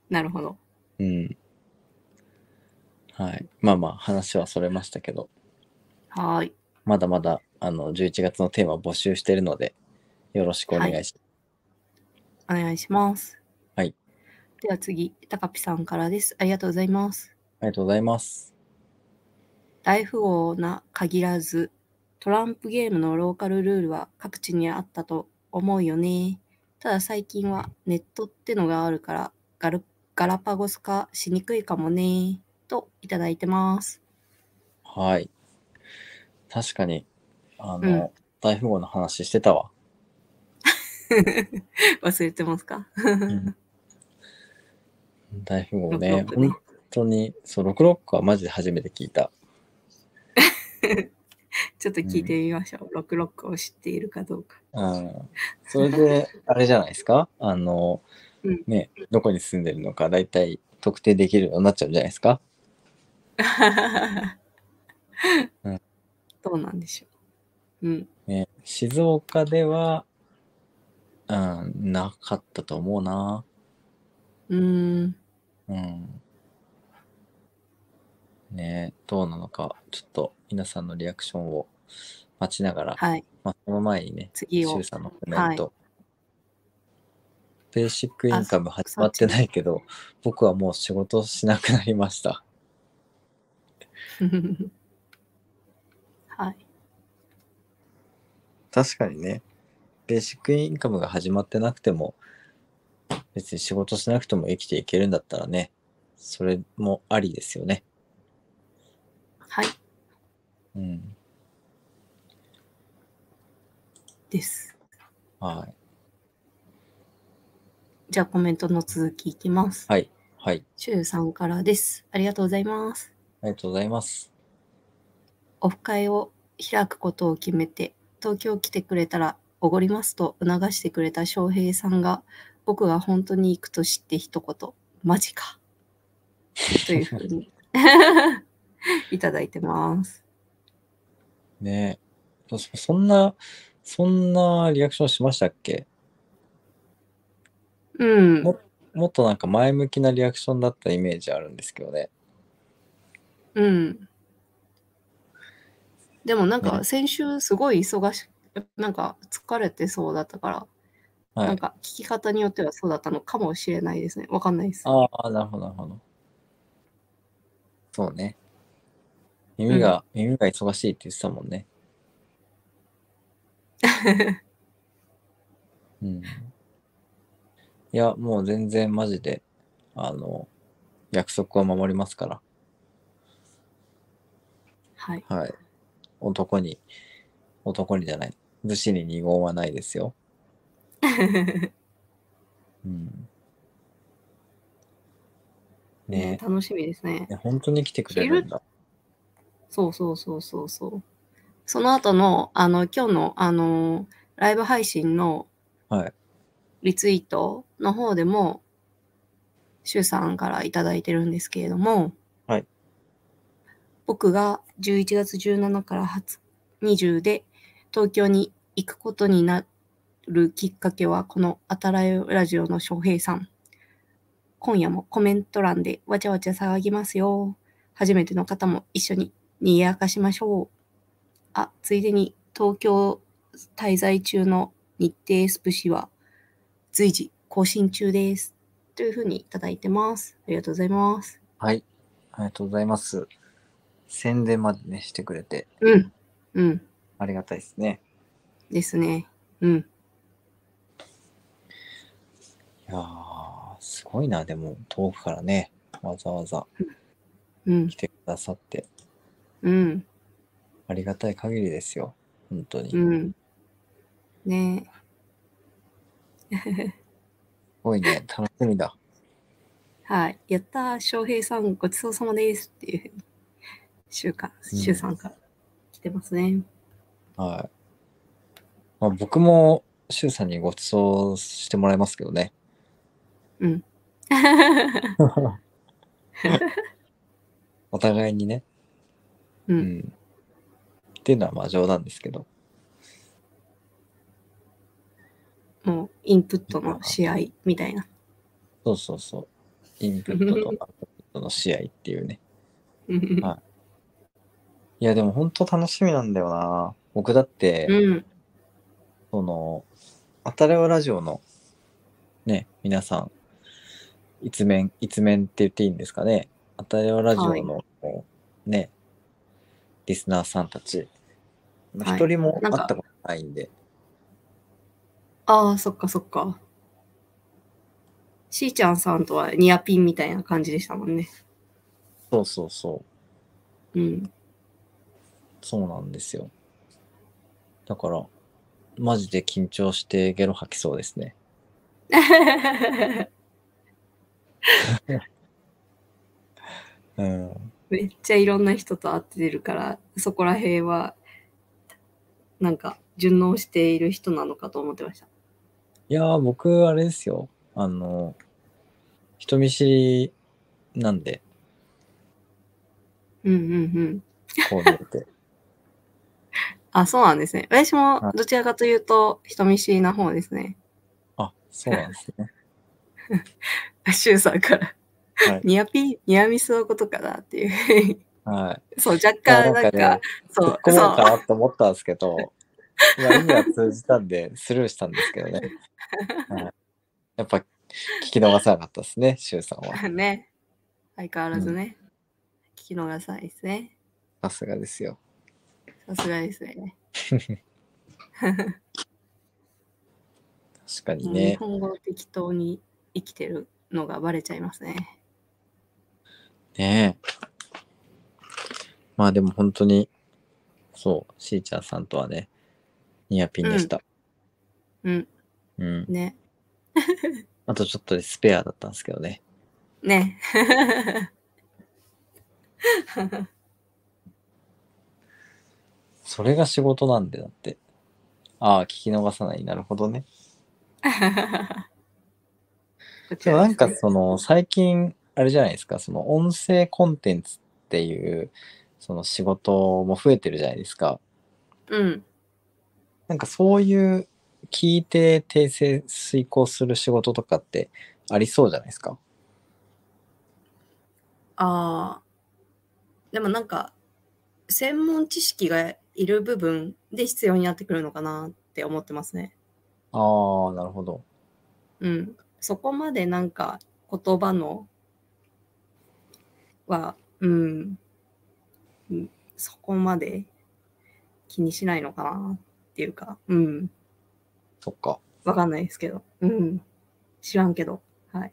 [SPEAKER 2] なるほど。
[SPEAKER 1] うん。はい。まあまあ、話はそれましたけど、
[SPEAKER 2] はーい。
[SPEAKER 1] まだまだ、あの、11月のテーマを募集しているので、よろしくお願いします。
[SPEAKER 2] お願いします。
[SPEAKER 1] はい。
[SPEAKER 2] では次、高ピさんからです。ありがとうございます。
[SPEAKER 1] ありがとうございます。
[SPEAKER 2] 大富豪な限らず、トランプゲームのローカルルールは各地にあったと思うよね。ただ最近はネットってのがあるからガル、ガラパゴス化しにくいかもね。といただいてます。
[SPEAKER 1] はい。確かに、あ
[SPEAKER 2] う
[SPEAKER 1] の、
[SPEAKER 2] ん
[SPEAKER 1] 大富豪の話してたわ。
[SPEAKER 2] 忘れてますか、
[SPEAKER 1] 大富豪
[SPEAKER 2] 六
[SPEAKER 1] ね、
[SPEAKER 2] 六ね
[SPEAKER 1] 本当に、そう、6ロックはマジで初めて聞いた。
[SPEAKER 2] ちょっと聞いてみましょう。ロックロックを知っているかどうか。
[SPEAKER 1] うん。それで、あれじゃないですかあの
[SPEAKER 2] うん、
[SPEAKER 1] ね、どこに住んでるのか、だいたい特定できるようになっちゃうんじゃないですかうん
[SPEAKER 2] <laughs> どうなんでしょう。うん。
[SPEAKER 1] ね、静岡では、うん、なかったと思うな。
[SPEAKER 2] うーん。
[SPEAKER 1] うん。ねどうなのか、ちょっと皆さんのリアクションを待ちながら、
[SPEAKER 2] はい。
[SPEAKER 1] まあ、その前にね、
[SPEAKER 2] 次
[SPEAKER 1] シュ
[SPEAKER 2] を
[SPEAKER 1] ウ。さんのコメント。ベーシックイ
[SPEAKER 2] あ
[SPEAKER 1] ンカム始まってないけど、僕はもう仕事しなくなりました。
[SPEAKER 2] <laughs> はい。
[SPEAKER 1] 確かにね、ベーシックインカムが始まってなくても、別に仕事しなくても生きていけるんだったらね、それもありですよね。
[SPEAKER 2] はい。
[SPEAKER 1] うん。
[SPEAKER 2] です。
[SPEAKER 1] はい。
[SPEAKER 2] じゃあコメントの続きいきます。
[SPEAKER 1] はい。はい。
[SPEAKER 2] シュウさんからです。ありがとうございます。
[SPEAKER 1] ありがとうございます。
[SPEAKER 2] オフ会を開くことを決めて、東京来てくれたらおごりますと促してくれた翔平さんが、僕が本当に行くと知って一言、マジか。というふうに <laughs> いただいてます。
[SPEAKER 1] ねえ。そそんな、そんなリアクションしましたっけ
[SPEAKER 2] うん。
[SPEAKER 1] もっとなんか前向きなリアクションだったイメージあるんですけどね。
[SPEAKER 2] うん。でもなんか
[SPEAKER 1] ね
[SPEAKER 2] 先週すごい忙しく、なんか疲れてそうだったから、
[SPEAKER 1] は
[SPEAKER 2] なん
[SPEAKER 1] い。
[SPEAKER 2] か聞き方によってはそうだったのかもしれないですね。わかんないです。
[SPEAKER 1] ああ、なるほど、なるほど。そうね。耳が、耳が忙しいって言ってたもんね。うん。いや、もう全然マジで、あの、約束は守りますから。
[SPEAKER 2] はい。
[SPEAKER 1] はい。男に、男にじゃない。武士に二言はないですよ。うん。ね
[SPEAKER 2] ね <laughs> 楽しみですね
[SPEAKER 1] え、。ね本当に来てくれるんだ。
[SPEAKER 2] そうそうそうそうそう。その後の、あの、今日の、あの、ライブ配信の
[SPEAKER 1] はい。
[SPEAKER 2] リツイートの方でも、シュウさんからいただいてるんですけれども、
[SPEAKER 1] はい
[SPEAKER 2] 僕が11月17から20で東京に行くことになるきっかけは、このあたらよラジオの翔平さん。今夜もコメント欄でわちゃわちゃ騒ぎますよ。初めての方も一緒に賑やかしましょう。あ、ついでに東京滞在中の日程スプシは随時更新中です。というふうにいただいてます。ありがとうございます。
[SPEAKER 1] はい。ありがとうございます。宣伝までね、してくれて
[SPEAKER 2] うん。うん。
[SPEAKER 1] ありがたいですね。
[SPEAKER 2] ですね。うん。
[SPEAKER 1] いやー、すごいな、でも、遠くからね、わざわざ
[SPEAKER 2] うん
[SPEAKER 1] 来。てくださって、
[SPEAKER 2] うん。
[SPEAKER 1] ありがたい限りですよ。本当に。
[SPEAKER 2] う
[SPEAKER 1] す
[SPEAKER 2] ん。ねえ。
[SPEAKER 1] ごいね、楽しみだ。
[SPEAKER 2] はい。やったー、翔平さん、ごちそうさまですっていうふうに、週か、
[SPEAKER 1] うん
[SPEAKER 2] 週さんから来てますね。
[SPEAKER 1] はい。まあ、僕も、シュウさんにご馳走してもらいますけどね。 <laughs> お互いにね。
[SPEAKER 2] う。
[SPEAKER 1] うんん。っていうのは、まあ、冗談ですけど。
[SPEAKER 2] もう、インプットの試合みたいな。
[SPEAKER 1] そうそうそう。インプットとアウトプットの試合っていうね。
[SPEAKER 2] うん
[SPEAKER 1] はいいや、でも本当楽しみなんだよな。僕だって、
[SPEAKER 2] うん。
[SPEAKER 1] その、あたれはラジオの、ね、皆さん、一面、一面って言っていいんですかね。あたれはラジオの、ね、リスナーさんたち、
[SPEAKER 2] はい
[SPEAKER 1] 一人も
[SPEAKER 2] な
[SPEAKER 1] 会
[SPEAKER 2] んか
[SPEAKER 1] ったことないんで、
[SPEAKER 2] ああ、そっかそっか。しーちゃんさんとはニアピンみたいな感じでしたもんね。
[SPEAKER 1] そうそうそう、
[SPEAKER 2] うん。
[SPEAKER 1] そうなんですよ。だから、マジで緊張してゲロ吐きそうですね。うん。
[SPEAKER 2] めっちゃいろんな人と会ってるから、そこら辺は、なんか、順応している人なのかと思ってました。
[SPEAKER 1] いやー、僕、あれですよ。あの、人見知りなんで、
[SPEAKER 2] うんうんうん。
[SPEAKER 1] こう見え
[SPEAKER 2] <laughs>
[SPEAKER 1] て。
[SPEAKER 2] あ、そうなんですね。私も
[SPEAKER 1] は
[SPEAKER 2] どちらかというと人見知りな方ですね。
[SPEAKER 1] あ、そうなんですね。
[SPEAKER 2] シュウさんから。
[SPEAKER 1] はい
[SPEAKER 2] ニアピ、ニアミスのことかなっていう。 <laughs>
[SPEAKER 1] はい。
[SPEAKER 2] そう、若
[SPEAKER 1] いや
[SPEAKER 2] 干なんか、、そ
[SPEAKER 1] 突っ
[SPEAKER 2] う、
[SPEAKER 1] 込
[SPEAKER 2] そ
[SPEAKER 1] もうか
[SPEAKER 2] う、
[SPEAKER 1] なと思ったんですけど、いや意味は通じたんで、スルーしたんですけど
[SPEAKER 2] <laughs>
[SPEAKER 1] ね。はい、やっぱ、聞き逃さなかったですね、シュウさんは。
[SPEAKER 2] <laughs> ね。相変わらずね。聞き逃さないですね。
[SPEAKER 1] さすがですよ。
[SPEAKER 2] さすがですね。
[SPEAKER 1] 確かに
[SPEAKER 2] 日
[SPEAKER 1] ね。
[SPEAKER 2] 本語を適当に生きてるのがバレちゃいますね。
[SPEAKER 1] ねえ。まあでも本当に、そう、しーちゃんさんとはね、ニアピンでした。
[SPEAKER 2] うん、
[SPEAKER 1] うん。
[SPEAKER 2] ね。
[SPEAKER 1] あとちょっとでスペアだったんですけどね。 <laughs>
[SPEAKER 2] ね。
[SPEAKER 1] それが仕事なんで、だって。ああ、聞き逃さない。なるほどね。
[SPEAKER 2] こち
[SPEAKER 1] でも
[SPEAKER 2] ら
[SPEAKER 1] な
[SPEAKER 2] です
[SPEAKER 1] んかその最近あれじゃないですかその音声コンテンツっていうその仕事も増えてるじゃないですか
[SPEAKER 2] うん。
[SPEAKER 1] なんかそういう聞いて訂正遂行する仕事とかってありそうじゃないですか
[SPEAKER 2] ああ。でもなんか、専門知識がいる部分で必要になってくるのかなって思ってますね。
[SPEAKER 1] ああなるほど
[SPEAKER 2] うん。そこまでなんか言葉のは、うん。うんそこまで気にしないのかなっていうか、うん。
[SPEAKER 1] そっか
[SPEAKER 2] わかんないですけど。うん。知らんけど。はい。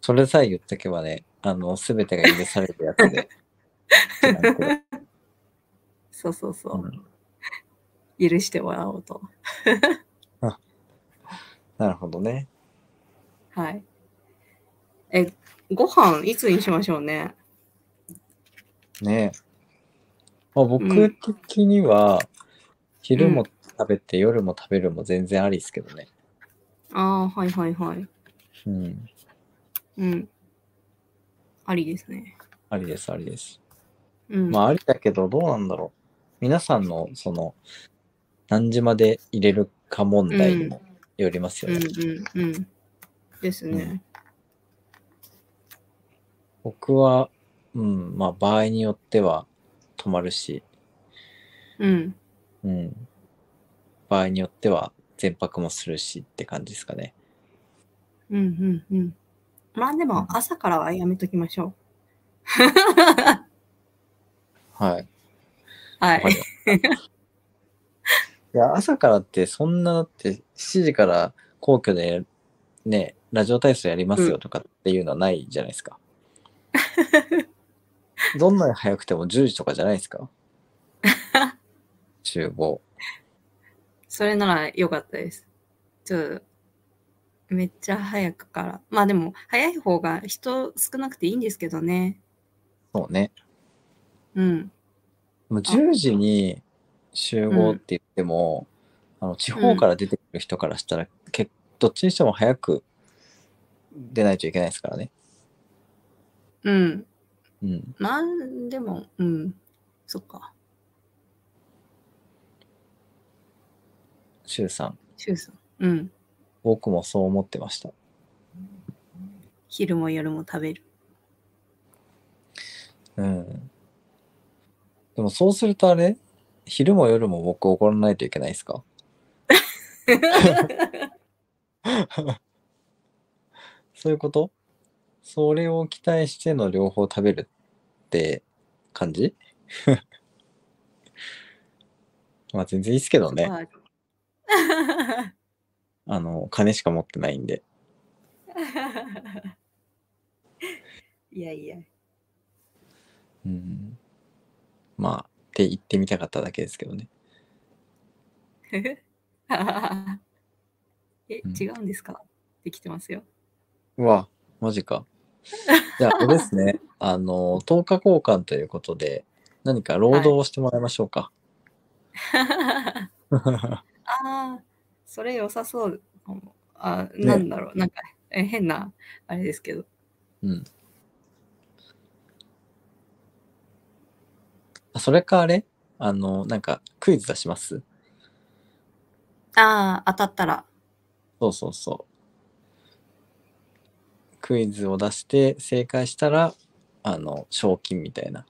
[SPEAKER 1] それさえ言っとけばねあの全てが許されるやつで知らんけど
[SPEAKER 2] そうそうそう
[SPEAKER 1] う。ん
[SPEAKER 2] 許してもらおうと。
[SPEAKER 1] なるほどね
[SPEAKER 2] はい。え、ご飯いつにしましょうね。
[SPEAKER 1] ねえ、まあ、
[SPEAKER 2] う
[SPEAKER 1] 僕
[SPEAKER 2] ん
[SPEAKER 1] 的には昼
[SPEAKER 2] う
[SPEAKER 1] も食べて夜も食べるも全然ありですけどね
[SPEAKER 2] ああ、はいはいはい。
[SPEAKER 1] うん
[SPEAKER 2] うん。ありですね。
[SPEAKER 1] ありです、ありです。
[SPEAKER 2] うん。
[SPEAKER 1] まあ、ありだけど、どうなんだろう。皆さんの、その、何時まで入れるか問題にもよりますよ
[SPEAKER 2] う
[SPEAKER 1] ね。
[SPEAKER 2] んうんうん。ですね。
[SPEAKER 1] 僕は、うん、まあ場合によっては泊まるし、
[SPEAKER 2] うん。
[SPEAKER 1] うん、場合によっては全泊もするしって感じですかね。
[SPEAKER 2] うんうんうん。まあでも朝からはやめときましょ
[SPEAKER 1] はい。
[SPEAKER 2] う。は
[SPEAKER 1] わ <laughs> かり
[SPEAKER 2] い。
[SPEAKER 1] ましたいや、朝からってそんなだって7時から皇居でね、ラジオ体操やりますよとかっていうのはないじゃないですか。 <laughs> どんなに早くても10時とかじゃないです
[SPEAKER 2] <laughs>
[SPEAKER 1] か厨房。
[SPEAKER 2] それなら良かったです。ちょっと、めっちゃ早くから。まあでも、早い方が人少なくていいんですけどね。
[SPEAKER 1] そうね。
[SPEAKER 2] うん。
[SPEAKER 1] もう10時に集合って言っても、あの地方から出てくる人からしたら、けどっちにしても早く出ないといけないですからね。
[SPEAKER 2] うん。
[SPEAKER 1] うん。
[SPEAKER 2] まあ、でも、うん。そっか。
[SPEAKER 1] 周さん、
[SPEAKER 2] シュウさん。うん。
[SPEAKER 1] 僕もそう思ってました。
[SPEAKER 2] 昼も夜も食べる。
[SPEAKER 1] うん。でもそうするとあれ昼も夜も僕怒らないといけないですかそういうことそれを期待しての両方食べるって感じ <laughs> まあ全然いいですけど
[SPEAKER 2] <laughs>
[SPEAKER 1] ね。
[SPEAKER 2] ね。
[SPEAKER 1] あの、金しか持ってないんで。
[SPEAKER 2] いやいや。
[SPEAKER 1] うん。まあ、って言ってみたかっただけですけどね。
[SPEAKER 2] <laughs> え、
[SPEAKER 1] うん
[SPEAKER 2] 違うんですかできてます <laughs> よ。
[SPEAKER 1] うわ、マジか。じゃあ、あれですね。あの、10日交換ということで、何か労働をしてもらいましょうか。 <laughs>
[SPEAKER 2] ああ、それ良さそうかも。あ、なんだろう、なんかえ変な、あれですけど。
[SPEAKER 1] うん。あ、それかあれあの、なんか、クイズ出します
[SPEAKER 2] ああ、当たったら。
[SPEAKER 1] そうそうそう。クイズを出して正解したら、あの、賞金みたいな。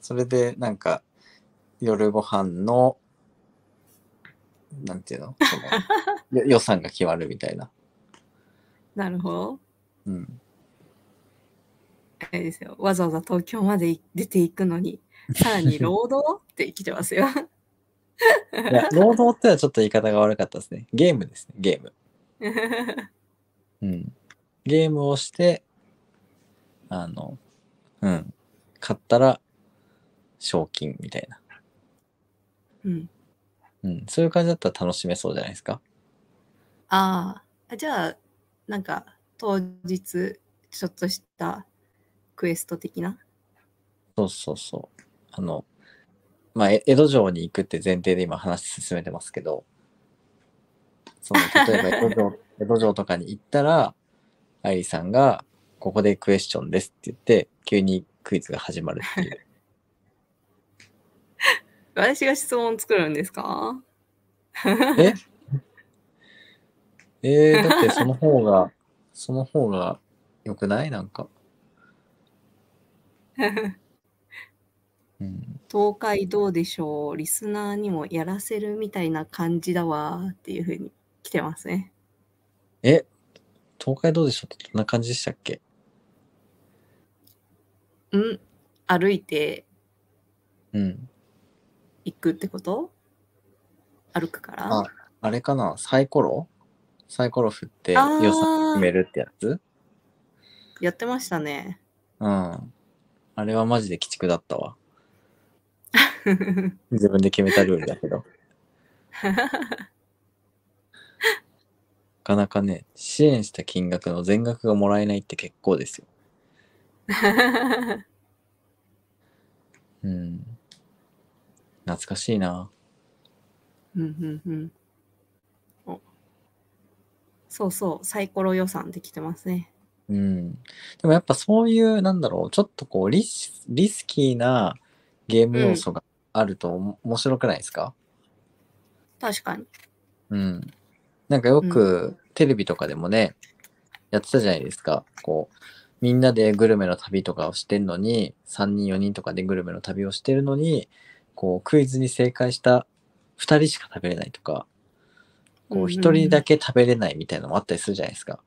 [SPEAKER 1] それで、なんか、夜ご飯の、なんていうのそのよ予 <laughs> 算が決まるみたいな。
[SPEAKER 2] なるほど。
[SPEAKER 1] うん。
[SPEAKER 2] あれですよ。わざわざ東京までい出ていくの <laughs> に、さらに労働って来てます <laughs> よ。
[SPEAKER 1] いや、労働ってのはちょっと言い方が悪かったですね。ゲームですね、ゲーム。うん。ゲームをして、あの、うん。買ったら、賞金みたいな。
[SPEAKER 2] うん。
[SPEAKER 1] うん。そういう感じだったら楽しめそうじゃないですか。
[SPEAKER 2] ああ、じゃあ、なんか、当日、ちょっとしたクエスト的な。
[SPEAKER 1] そうそうそう。あの、まあ、え江戸城に行くって前提で今話進めてますけど、その、例えば江戸城、江戸城とかに行ったら、愛理さんが、ここでクエスチョンですって言って、急にクイズが始まるっていう。
[SPEAKER 2] 私が質問作るんですか
[SPEAKER 1] え <laughs> えー、だってその方が、その方が良くないなんか。うん。
[SPEAKER 2] 東海どうでしょうリスナーにもやらせるみたいな感じだわーっていうふうに来てますね。
[SPEAKER 1] え、東海どうでしょうってどんな感じでしたっけ
[SPEAKER 2] うん歩いて
[SPEAKER 1] うん。
[SPEAKER 2] いくってこと歩くから
[SPEAKER 1] ああれかなサイコロサイコロ振って予
[SPEAKER 2] あー
[SPEAKER 1] 算決めるってやつ
[SPEAKER 2] やってました <laughs> ね。
[SPEAKER 1] うん。あれはマジで鬼畜だったわ。自分で決めたルールだけ
[SPEAKER 2] <laughs>
[SPEAKER 1] ど。なかなかね、支援した金額の全額がもらえないって結構ですよ。うん。懐かしいな。
[SPEAKER 2] うんうんうんおそうそう、サイコロ予算できてますね。
[SPEAKER 1] うん。でもやっぱそういう、なんだろう、ちょっとこうリス、リスキーなゲーム要素があるとおも面白くないですか
[SPEAKER 2] 確かに。
[SPEAKER 1] うん。なんかよくテレビとかでもね、やってたじゃないですか。こう、みんなでグルメの旅とかをしてんのに、3人4人とかでグルメの旅をしてるのに、こう、クイズに正解した2人しか食べれないとか、こう、1人だ
[SPEAKER 2] け。
[SPEAKER 1] け食べれないみたいなのもあったりするじゃないですか。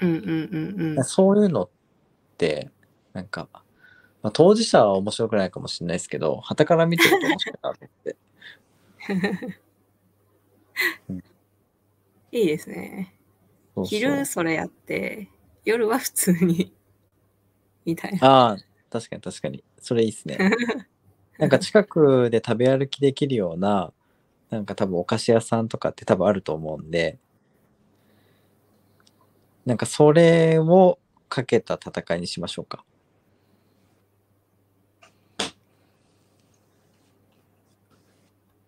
[SPEAKER 2] うんうんうんうん。
[SPEAKER 1] そういうのって、なんか、まあ、当事者は面白くないかもしれないですけど、傍から見てると面白いな
[SPEAKER 2] <laughs>
[SPEAKER 1] と思って。
[SPEAKER 2] いいですね。
[SPEAKER 1] そうそう
[SPEAKER 2] 昼それやって、夜は普通に。みたいな。
[SPEAKER 1] ああ、確かに確かに。それいいです
[SPEAKER 2] <laughs>
[SPEAKER 1] ね。なんか近くで食べ歩きできるような、なんか多分お菓子屋さんとかって多分あると思うんで、なんかそれをかけた戦いにしましょうか。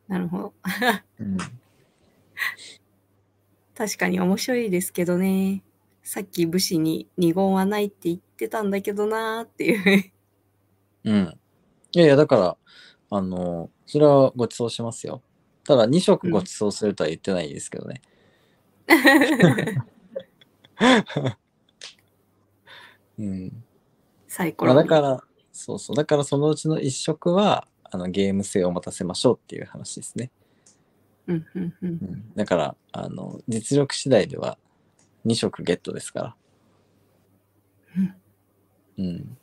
[SPEAKER 2] なるほど。
[SPEAKER 1] うん、
[SPEAKER 2] 確かに面白いですけどね。さっき武士に二言はないって言ってたんだけどなーっ
[SPEAKER 1] <laughs>
[SPEAKER 2] ていう。
[SPEAKER 1] うん。いやいや、だから、あの、それはご馳走しますよ。ただ、2食ご馳走するとは言ってないですけどね。うん。
[SPEAKER 2] サイコ
[SPEAKER 1] まあ、
[SPEAKER 2] ロ
[SPEAKER 1] だ
[SPEAKER 2] に。
[SPEAKER 1] から、そうそう。だから、そのうちの1食は、あのゲーム性を持たせましょうっていう話ですね。
[SPEAKER 2] うんうんう
[SPEAKER 1] う。
[SPEAKER 2] ん
[SPEAKER 1] ん、だから、あの、実力次第では2食ゲットですから。うん。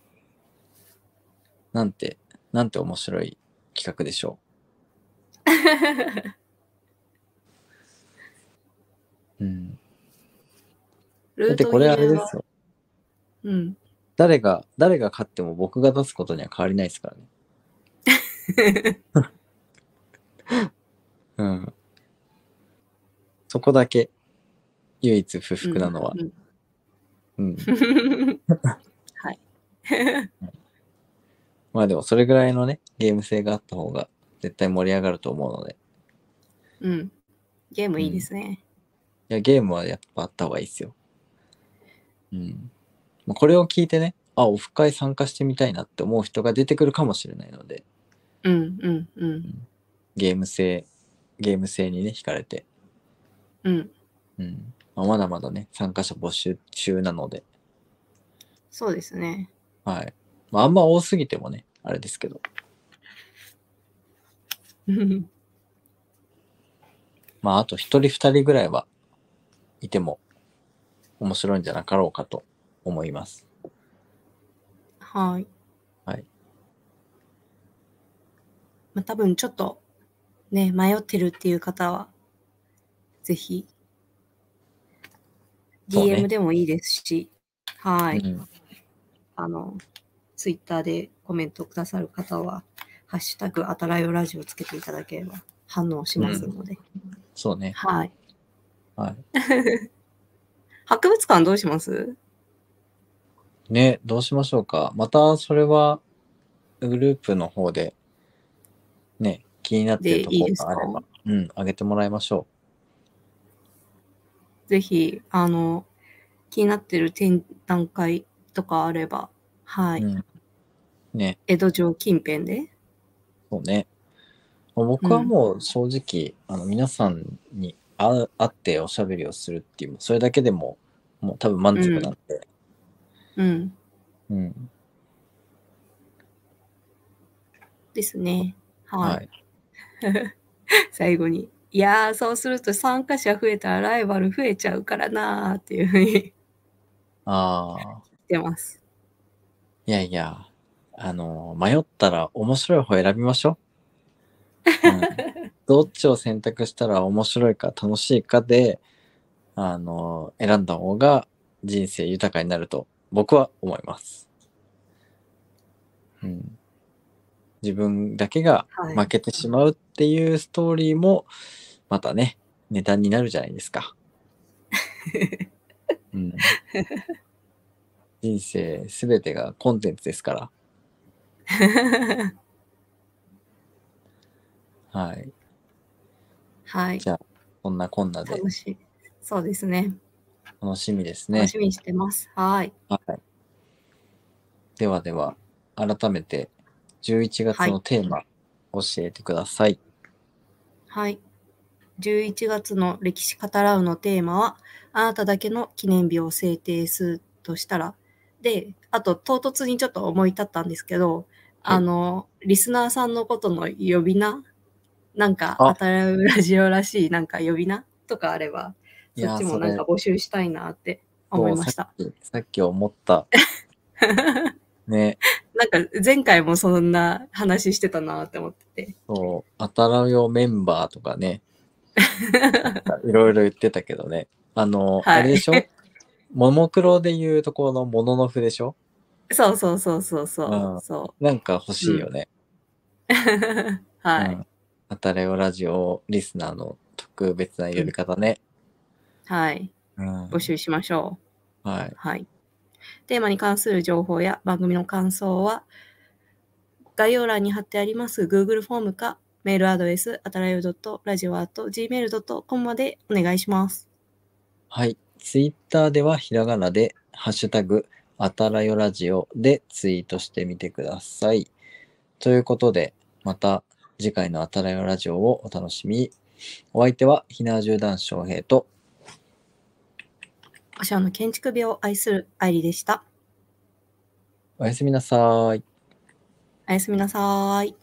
[SPEAKER 1] なんて、なんて面白い企画でしょう。うん。 <laughs> だ
[SPEAKER 2] ル
[SPEAKER 1] っ
[SPEAKER 2] ー
[SPEAKER 1] て
[SPEAKER 2] ト
[SPEAKER 1] これあれで
[SPEAKER 2] は
[SPEAKER 1] すよ。
[SPEAKER 2] うん。
[SPEAKER 1] 誰が、誰が勝っても僕が出すことには変わりないですからね。 <laughs> うん。そこだけ、唯一不服なのは
[SPEAKER 2] う。ん
[SPEAKER 1] うん。
[SPEAKER 2] うん <laughs>
[SPEAKER 1] まあでも、それぐらいのね、ゲーム性があった方が、絶対盛り上がると思うので。
[SPEAKER 2] うん。ゲームいいですね。
[SPEAKER 1] いや、ゲームはやっぱあった方がいいですよ。うん。まあこれを聞いてね、あ、オフ会参加してみたいなって思う人が出てくるかもしれないので、
[SPEAKER 2] うんうんうん
[SPEAKER 1] ゲーム性、ゲーム性にね、惹かれて。
[SPEAKER 2] うん。
[SPEAKER 1] うん。まあまだまだね、参加者募集中なので、
[SPEAKER 2] そうですね。
[SPEAKER 1] はい。まあ、あんま多すぎてもね、あれですけど。
[SPEAKER 2] うん
[SPEAKER 1] まあ、あと一人二人ぐらいはいても面白いんじゃなかろうかと思います。
[SPEAKER 2] はい。
[SPEAKER 1] はい。
[SPEAKER 2] まあ、多分ちょっとね、迷ってるっていう方は、ぜひ、
[SPEAKER 1] そうね
[SPEAKER 2] DM でもいいですし、はい。
[SPEAKER 1] うん
[SPEAKER 2] あの、ツイッターでコメントくださる方は、ハッシュタグ、あたらよラジオつけていただければ反応しますので、
[SPEAKER 1] そうね。
[SPEAKER 2] はい。
[SPEAKER 1] はい。
[SPEAKER 2] <laughs> 博物館どうします
[SPEAKER 1] ね、どうしましょうか。またそれはグループの方で、ね、気になってるとこ
[SPEAKER 2] でいい
[SPEAKER 1] ろ
[SPEAKER 2] ですか
[SPEAKER 1] があれば、うん、あげてもらいましょ
[SPEAKER 2] ぜひ、あの、気になってる展覧会とかあれば、
[SPEAKER 1] う。
[SPEAKER 2] はい。
[SPEAKER 1] うん、ね、
[SPEAKER 2] 江戸城近辺で。
[SPEAKER 1] そうね。僕はもう正直、あの皆さんに会う会っておしゃべりをするっていう、それだけでも、もう多分満足なんで、
[SPEAKER 2] うん。
[SPEAKER 1] うん。
[SPEAKER 2] ですね。はい。
[SPEAKER 1] はい。
[SPEAKER 2] 最後に。いやー、そうすると参加者増えたらライバル増えちゃうからなーっていうふうに <laughs> 言っ
[SPEAKER 1] ああ、
[SPEAKER 2] てます。
[SPEAKER 1] いやいや、あの、迷ったら面白い方選びましょう。うん、どっちを選択したら面白いか楽しいかで、あの、選んだ方が人生豊かになると僕は思います。うん、自分だけが
[SPEAKER 2] はい
[SPEAKER 1] 負けてしまうっていうストーリーも、またね、ネタになるじゃないです
[SPEAKER 2] <laughs>
[SPEAKER 1] か。うん、人生すべてがコンテンツですから。はい。
[SPEAKER 2] <laughs> はい。
[SPEAKER 1] こんなこんなで
[SPEAKER 2] 楽しい。そうですね。
[SPEAKER 1] 楽しみです
[SPEAKER 2] 楽
[SPEAKER 1] ね。
[SPEAKER 2] しみにしてます。はい。
[SPEAKER 1] はい。ではでは、改めて11月のテーマ、教えてください。
[SPEAKER 2] はい。11月の歴史語らうのテーマは、あなただけの記念日を制定するとしたら、で、あと唐突にちょっと思い立ったんですけど、あの、リスナーさんのことの呼び名、なんか、
[SPEAKER 1] あ
[SPEAKER 2] 当たらうラジオらしいなんか呼び名とかあれば、
[SPEAKER 1] い
[SPEAKER 2] そ
[SPEAKER 1] やー
[SPEAKER 2] っちも
[SPEAKER 1] そ
[SPEAKER 2] なん
[SPEAKER 1] れ
[SPEAKER 2] か募集したいなって思いました。 <laughs>
[SPEAKER 1] そうさっきさっき思った。ね、
[SPEAKER 2] なんか前回もそんな話してたなって思ってて。
[SPEAKER 1] そう、当たらうよメンバーとか
[SPEAKER 2] <laughs>
[SPEAKER 1] ね、いろいろ言ってたけどね。あの、
[SPEAKER 2] はい
[SPEAKER 1] あれでしょももクロで言うところのもののふでしょ
[SPEAKER 2] そうそうそうそうそううんそ
[SPEAKER 1] なんか欲しいよね。
[SPEAKER 2] う。 <laughs> はい、
[SPEAKER 1] うん。当たらよラジオリスナーの特別な呼び方ね。
[SPEAKER 2] はい
[SPEAKER 1] うん。
[SPEAKER 2] 募集しましょ。。
[SPEAKER 1] はいう
[SPEAKER 2] はい。テーマに関する情報や番組の感想は概要欄に貼ってあります Google フォームかメールアドレスあたらよ .radio.gmail.com までお願いします。
[SPEAKER 1] はい。ツイッターではひらがなで、ハッシュタグ、あたらよラジオでツイートしてみてください。ということで、また次回のあたらよラジオをお楽しみに。お相手は、ひなじゅうだんしょうへいと、
[SPEAKER 2] 古書の建築美を愛する愛理でした。
[SPEAKER 1] おやすみなさーい。
[SPEAKER 2] おやすみなさーい。